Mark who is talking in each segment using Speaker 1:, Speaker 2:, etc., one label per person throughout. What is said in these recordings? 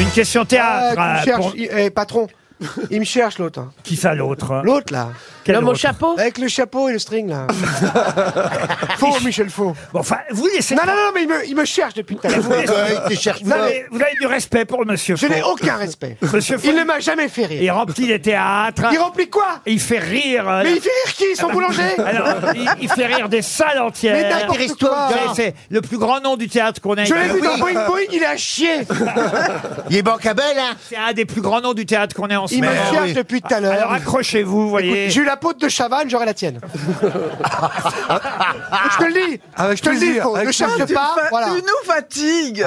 Speaker 1: Une question théâtre. euh,
Speaker 2: Ah, il me cherche,
Speaker 1: pour-
Speaker 2: il- eh, patron, il me cherche l'autre. hein.
Speaker 1: Qui ça l'autre
Speaker 2: L'autre là.
Speaker 1: Quel
Speaker 3: L'homme au
Speaker 1: autre
Speaker 3: chapeau
Speaker 2: Avec le chapeau et le string là. faux, Michel Faux.
Speaker 1: Bon, enfin, vous laissez.
Speaker 2: Non, non, non, mais il me, il me cherche depuis tout à l'heure.
Speaker 1: Vous, laissez-
Speaker 4: il te cherche
Speaker 1: vous avez, vous avez du respect pour Monsieur
Speaker 2: Je n'ai
Speaker 1: Faux.
Speaker 2: aucun respect.
Speaker 1: Monsieur Faux,
Speaker 2: Il ne m'a jamais fait
Speaker 1: il
Speaker 2: rire.
Speaker 1: remplit les théâtres.
Speaker 2: Il remplit quoi
Speaker 1: Il fait rire. euh,
Speaker 2: Mais il fait rire qui Son boulanger
Speaker 1: Alors, il, il fait rire des salles entières.
Speaker 2: Mais n'importe quoi
Speaker 1: C'est- C'est le plus grand nom du théâtre qu'on ait.
Speaker 2: Je l'ai vu dans
Speaker 4: Oui.
Speaker 2: Boeing Boeing, il est à chier
Speaker 4: Il est bancable, hein
Speaker 1: C'est un des plus grands noms du théâtre qu'on ait en ce
Speaker 2: Il me
Speaker 1: moment.
Speaker 2: cherche
Speaker 4: oui.
Speaker 2: depuis tout à
Speaker 1: Alors
Speaker 2: l'heure.
Speaker 1: accrochez-vous, vous voyez.
Speaker 2: Écoute, J'ai eu la peau de Chavannes, j'aurai la tienne. je te le dis, je te le dis, faut- ne
Speaker 5: Ah,
Speaker 2: cherche pas. Voilà.
Speaker 5: nous fatigues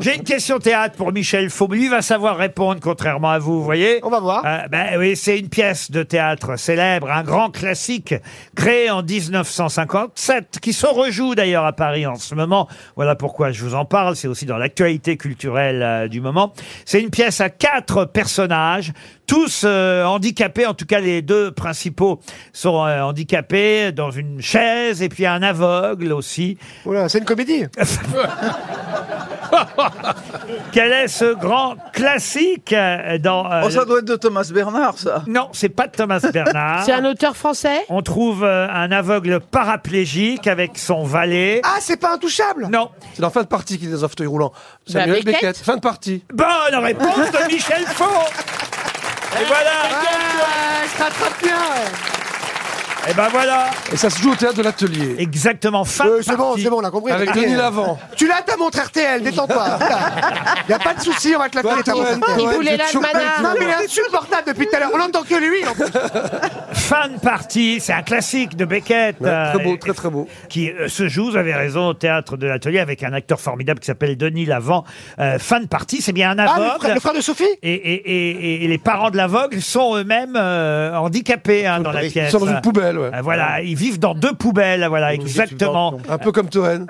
Speaker 1: J'ai une question théâtre pour Michel Faux. Lui va savoir répondre, contrairement à vous, vous voyez.
Speaker 2: On va voir.
Speaker 1: Euh, ben oui, c'est une pièce de théâtre célèbre, un grand classique créé en 1957, qui se rejoue d'ailleurs à Paris en ce moment. Voilà pourquoi je vous en parle. C'est aussi dans l'actualité culturelle euh, du moment. C'est une pièce à quatre personnages, tous euh, handicapés. En tout cas, les deux principaux sont euh, handicapés dans une chaise, et puis un aveugle aussi.
Speaker 2: Oula, c'est une comédie.
Speaker 1: Quel est ce grand classique euh, dans euh,
Speaker 5: Oh, ça doit être de Thomas Bernard, ça.
Speaker 1: Non, c'est pas Thomas Bernard.
Speaker 3: C'est un auteur français
Speaker 1: On trouve euh, un aveugle paraplégique avec son valet.
Speaker 2: Ah, c'est pas intouchable
Speaker 1: Non.
Speaker 6: C'est la fin de partie qui les a fauteuils roulants. Samuel
Speaker 3: Bah, Beckett.
Speaker 6: Beckett. fin de partie.
Speaker 1: Bonne réponse de Michel Faux. Et voilà.
Speaker 2: Ah, Ouais, je t'attrape bien ouais.
Speaker 1: Et ben voilà.
Speaker 6: Et ça se joue au théâtre de l'atelier.
Speaker 1: Exactement. Fin.
Speaker 2: Euh,
Speaker 1: de
Speaker 2: C'est bon,
Speaker 1: partie.
Speaker 2: c'est bon, on a compris.
Speaker 6: Avec Denis Lavant.
Speaker 2: Tu l'as ta montre RTL, détends-toi. Il a pas de souci, on va te la
Speaker 6: Toi,
Speaker 2: filer ta
Speaker 6: Toen,
Speaker 2: montre
Speaker 6: Toen,
Speaker 2: RTL.
Speaker 3: Il voulait
Speaker 6: vous êtes
Speaker 3: l'almanach.
Speaker 6: chopé.
Speaker 2: Non, mais il est insupportable depuis tout à l'heure. On n'entend que lui. en plus.
Speaker 1: Fin de partie. C'est un classique de Beckett.
Speaker 6: Ouais, Très
Speaker 1: euh,
Speaker 6: beau, très très beau.
Speaker 1: qui euh, se joue, vous avez raison, au théâtre de l'atelier avec un acteur formidable qui s'appelle Denis Lavant. Euh, fin de partie, c'est bien un
Speaker 2: Ah,
Speaker 1: aveugle.
Speaker 2: le frère, le frère de Sophie
Speaker 1: Et, et- et- et les parents de l'aveugle sont eux-mêmes euh, handicapés hein, dans la
Speaker 4: Ils
Speaker 1: pièce.
Speaker 6: Ils sont dans une poubelle, ouais.
Speaker 1: Euh, Voilà, ils vivent dans deux poubelles, voilà, exactement.
Speaker 6: Un peu comme Toen.